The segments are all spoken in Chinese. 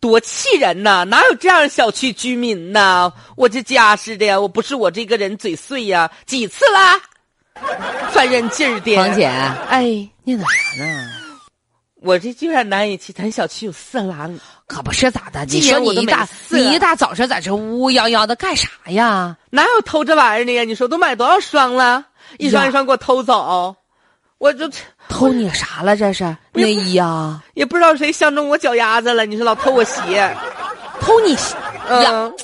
多气人呐！哪有这样小区居民呐？我这家似的，我不是我这个人嘴碎呀、几次啦？烦人劲儿的，黄姐，哎，念叨啥呢？我这就有点难以置信，咱小区有色狼，可不是咋的？你今说年我你都一没大事你一大早上在这乌泱泱的干啥呀？哪有偷这玩意儿的呀？你说都买多少双了？一双呀一双给我偷走，我就偷你啥了？这是不是内衣啊呀？也不知道谁相中我脚丫子了。你说老偷我鞋，偷你鞋呀？嗯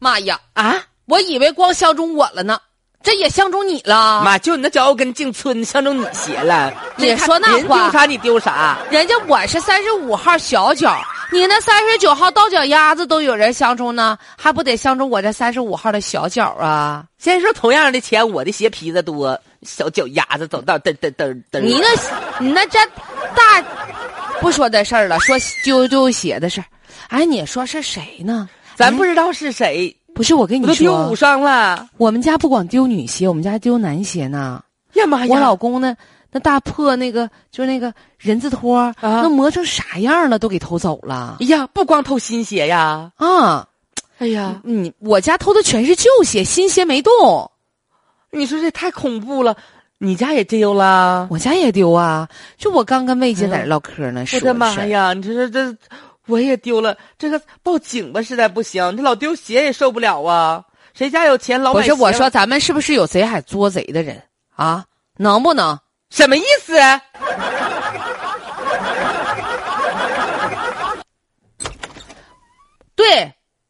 妈呀！啊，我以为光相中我了呢，这也相中你了。妈，就你那脚后跟净村相中你鞋了，也你看说那人话丢啥你丢啥，人家我是三十五号小脚，你那三十九号倒脚丫子都有人相中呢，还不得相中我这三十五号的小脚啊？先说同样的钱，我的鞋皮子多，小脚丫子走道噔噔噔噔。你那，你那这大不说这事儿了，说丢丢鞋的事儿。哎，你说是谁呢？咱不知道是谁，不是我跟我你都丢说五，双了。我们家不光丢女鞋，我们家丢男鞋呢。呀哎妈呀！我老公呢，那大破那个就是那个人字拖，啊那磨成啥样了，都给偷走了哎呀，不光偷新鞋呀，啊！哎呀，你我家偷的全是旧鞋，新鞋没动。你说这太恐怖了。你家也丢了？我家也丢啊！就我刚跟魏姐在这唠嗑呢，说我的妈事儿！呀！你说这这，我也丢了。这个报警吧，实在不行，这老丢鞋也受不了啊。谁家有钱老不买是鞋我说，咱们是不是有贼喊捉贼的人啊？能不能？什么意思？对，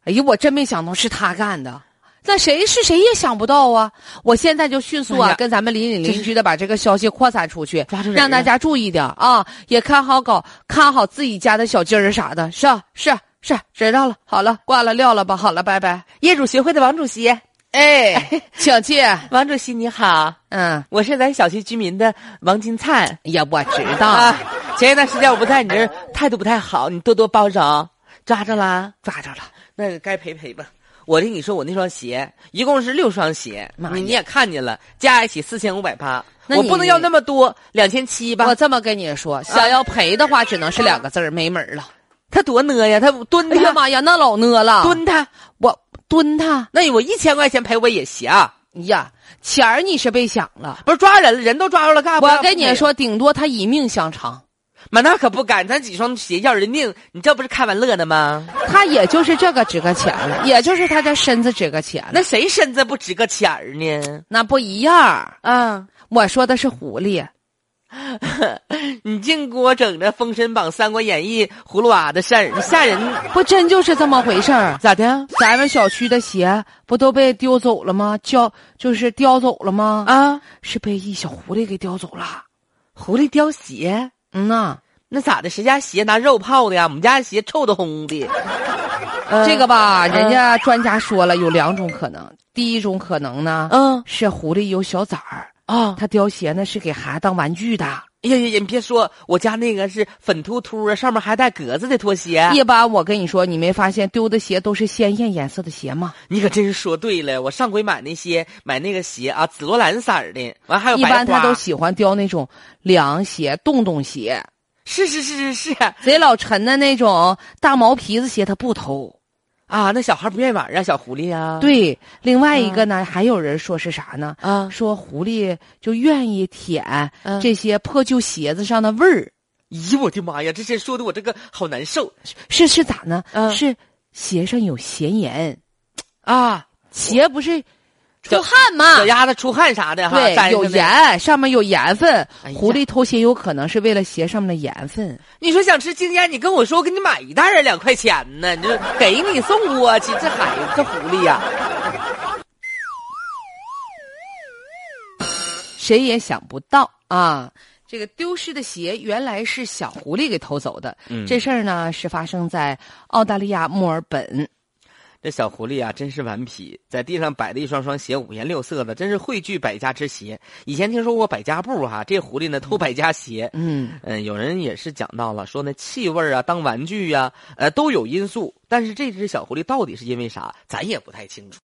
哎呀，我真没想到是他干的。那谁是谁也想不到啊！我现在就迅速哎啊，呀跟咱们邻里真邻是居的把这个消息扩散出去抓住，人让大了家注意点儿啊，也看好搞，看好自己家的小鸡儿啥的。是啊是啊是啊，知道了，好了，挂了，撂了吧，好了，拜拜。业主协会的王主席， 哎，请进。王主席你好，嗯，我是咱小区居民的王金灿。哎呀，我知道。啊，前一段时间我不在你这儿，态度不太好，你多多包容。抓着啦，抓着了。那该赔赔吧。我跟你说，我那双鞋一共是六双鞋，妈你呀你也看见了，加一起四千五百八，那我你不能要那么多，两千七吧我。这么跟你说，想要赔的话，只能是两个字儿，没门儿了。他多呢呀，他蹲哎呀他妈呀，那老讷了，蹲他，我蹲他。那我一千块钱赔我也行啊。哎呀，钱儿你是被想了。不是抓人了，人都抓住了，干嘛？哎我跟你，说，顶多他以命相偿，妈那可不敢，咱几双鞋要人命，你这不是开玩乐呢吗？他也就是这个值个钱了，也就是他这身子值个钱了，那谁身子不值个钱儿呢？那不一样儿。啊，我说的是狐狸，你净给我整这《封神榜》《三国演义》葫芦娃的事儿，你吓人不真就是这么回事儿。咋的咱们小区的鞋不都被丢走了吗？叫就是叼走了吗？啊？是被一小狐狸给叼走了。狐狸叼鞋，嗯呐、那咋的？谁家鞋拿肉泡的呀？我们家鞋臭的烘的。嗯这个，吧，人家专家说了有两种可能。第一种可能呢，嗯是狐狸有小崽儿，啊，它叼鞋呢是给孩子当玩具的。哎呀呀呀！你别说，我家那个是粉秃秃啊，上面还带格子的拖鞋。一般我跟你说，你没发现丢的鞋都是鲜艳颜色的鞋吗？你可真是说对了，我上回买那些买那个鞋啊，紫罗兰色儿的，完还有一白花。般他都喜欢叼那种凉鞋、洞洞鞋，是是是是是贼老沉的那种大毛皮子鞋，他不偷。啊，那小孩不愿意玩啊，小狐狸啊。对，另外一个嗯呢，还有人说是啥呢？啊，说狐狸就愿意舔嗯这些破旧鞋子上的味儿。咦，哎我的妈呀！这这说的我这个好难受是是咋呢？嗯是鞋上有咸盐，啊。鞋不是出小汗吗？小鸭子出汗啥的哈，对，沾有上的。盐，上面有盐分。哎呀狐狸偷鞋有可能是为了鞋上面的盐分。你说想吃精烟，你跟我说我给你买一袋啊，两块钱呢，你说给你送我去，这孩子这狐狸呀、谁也想不到啊！这个丢失的鞋原来是小狐狸给偷走的。嗯这事儿呢是发生在澳大利亚墨尔本。这小狐狸啊，真是顽皮，在地上摆的一双双鞋，五颜六色的，真是汇聚百家之邪。以前听说过百家布哈、这狐狸呢偷百家鞋。嗯，嗯，有人也是讲到了，说那气味儿啊，当玩具呀、呃，都有因素。但是这只小狐狸到底是因为啥，咱也不太清楚。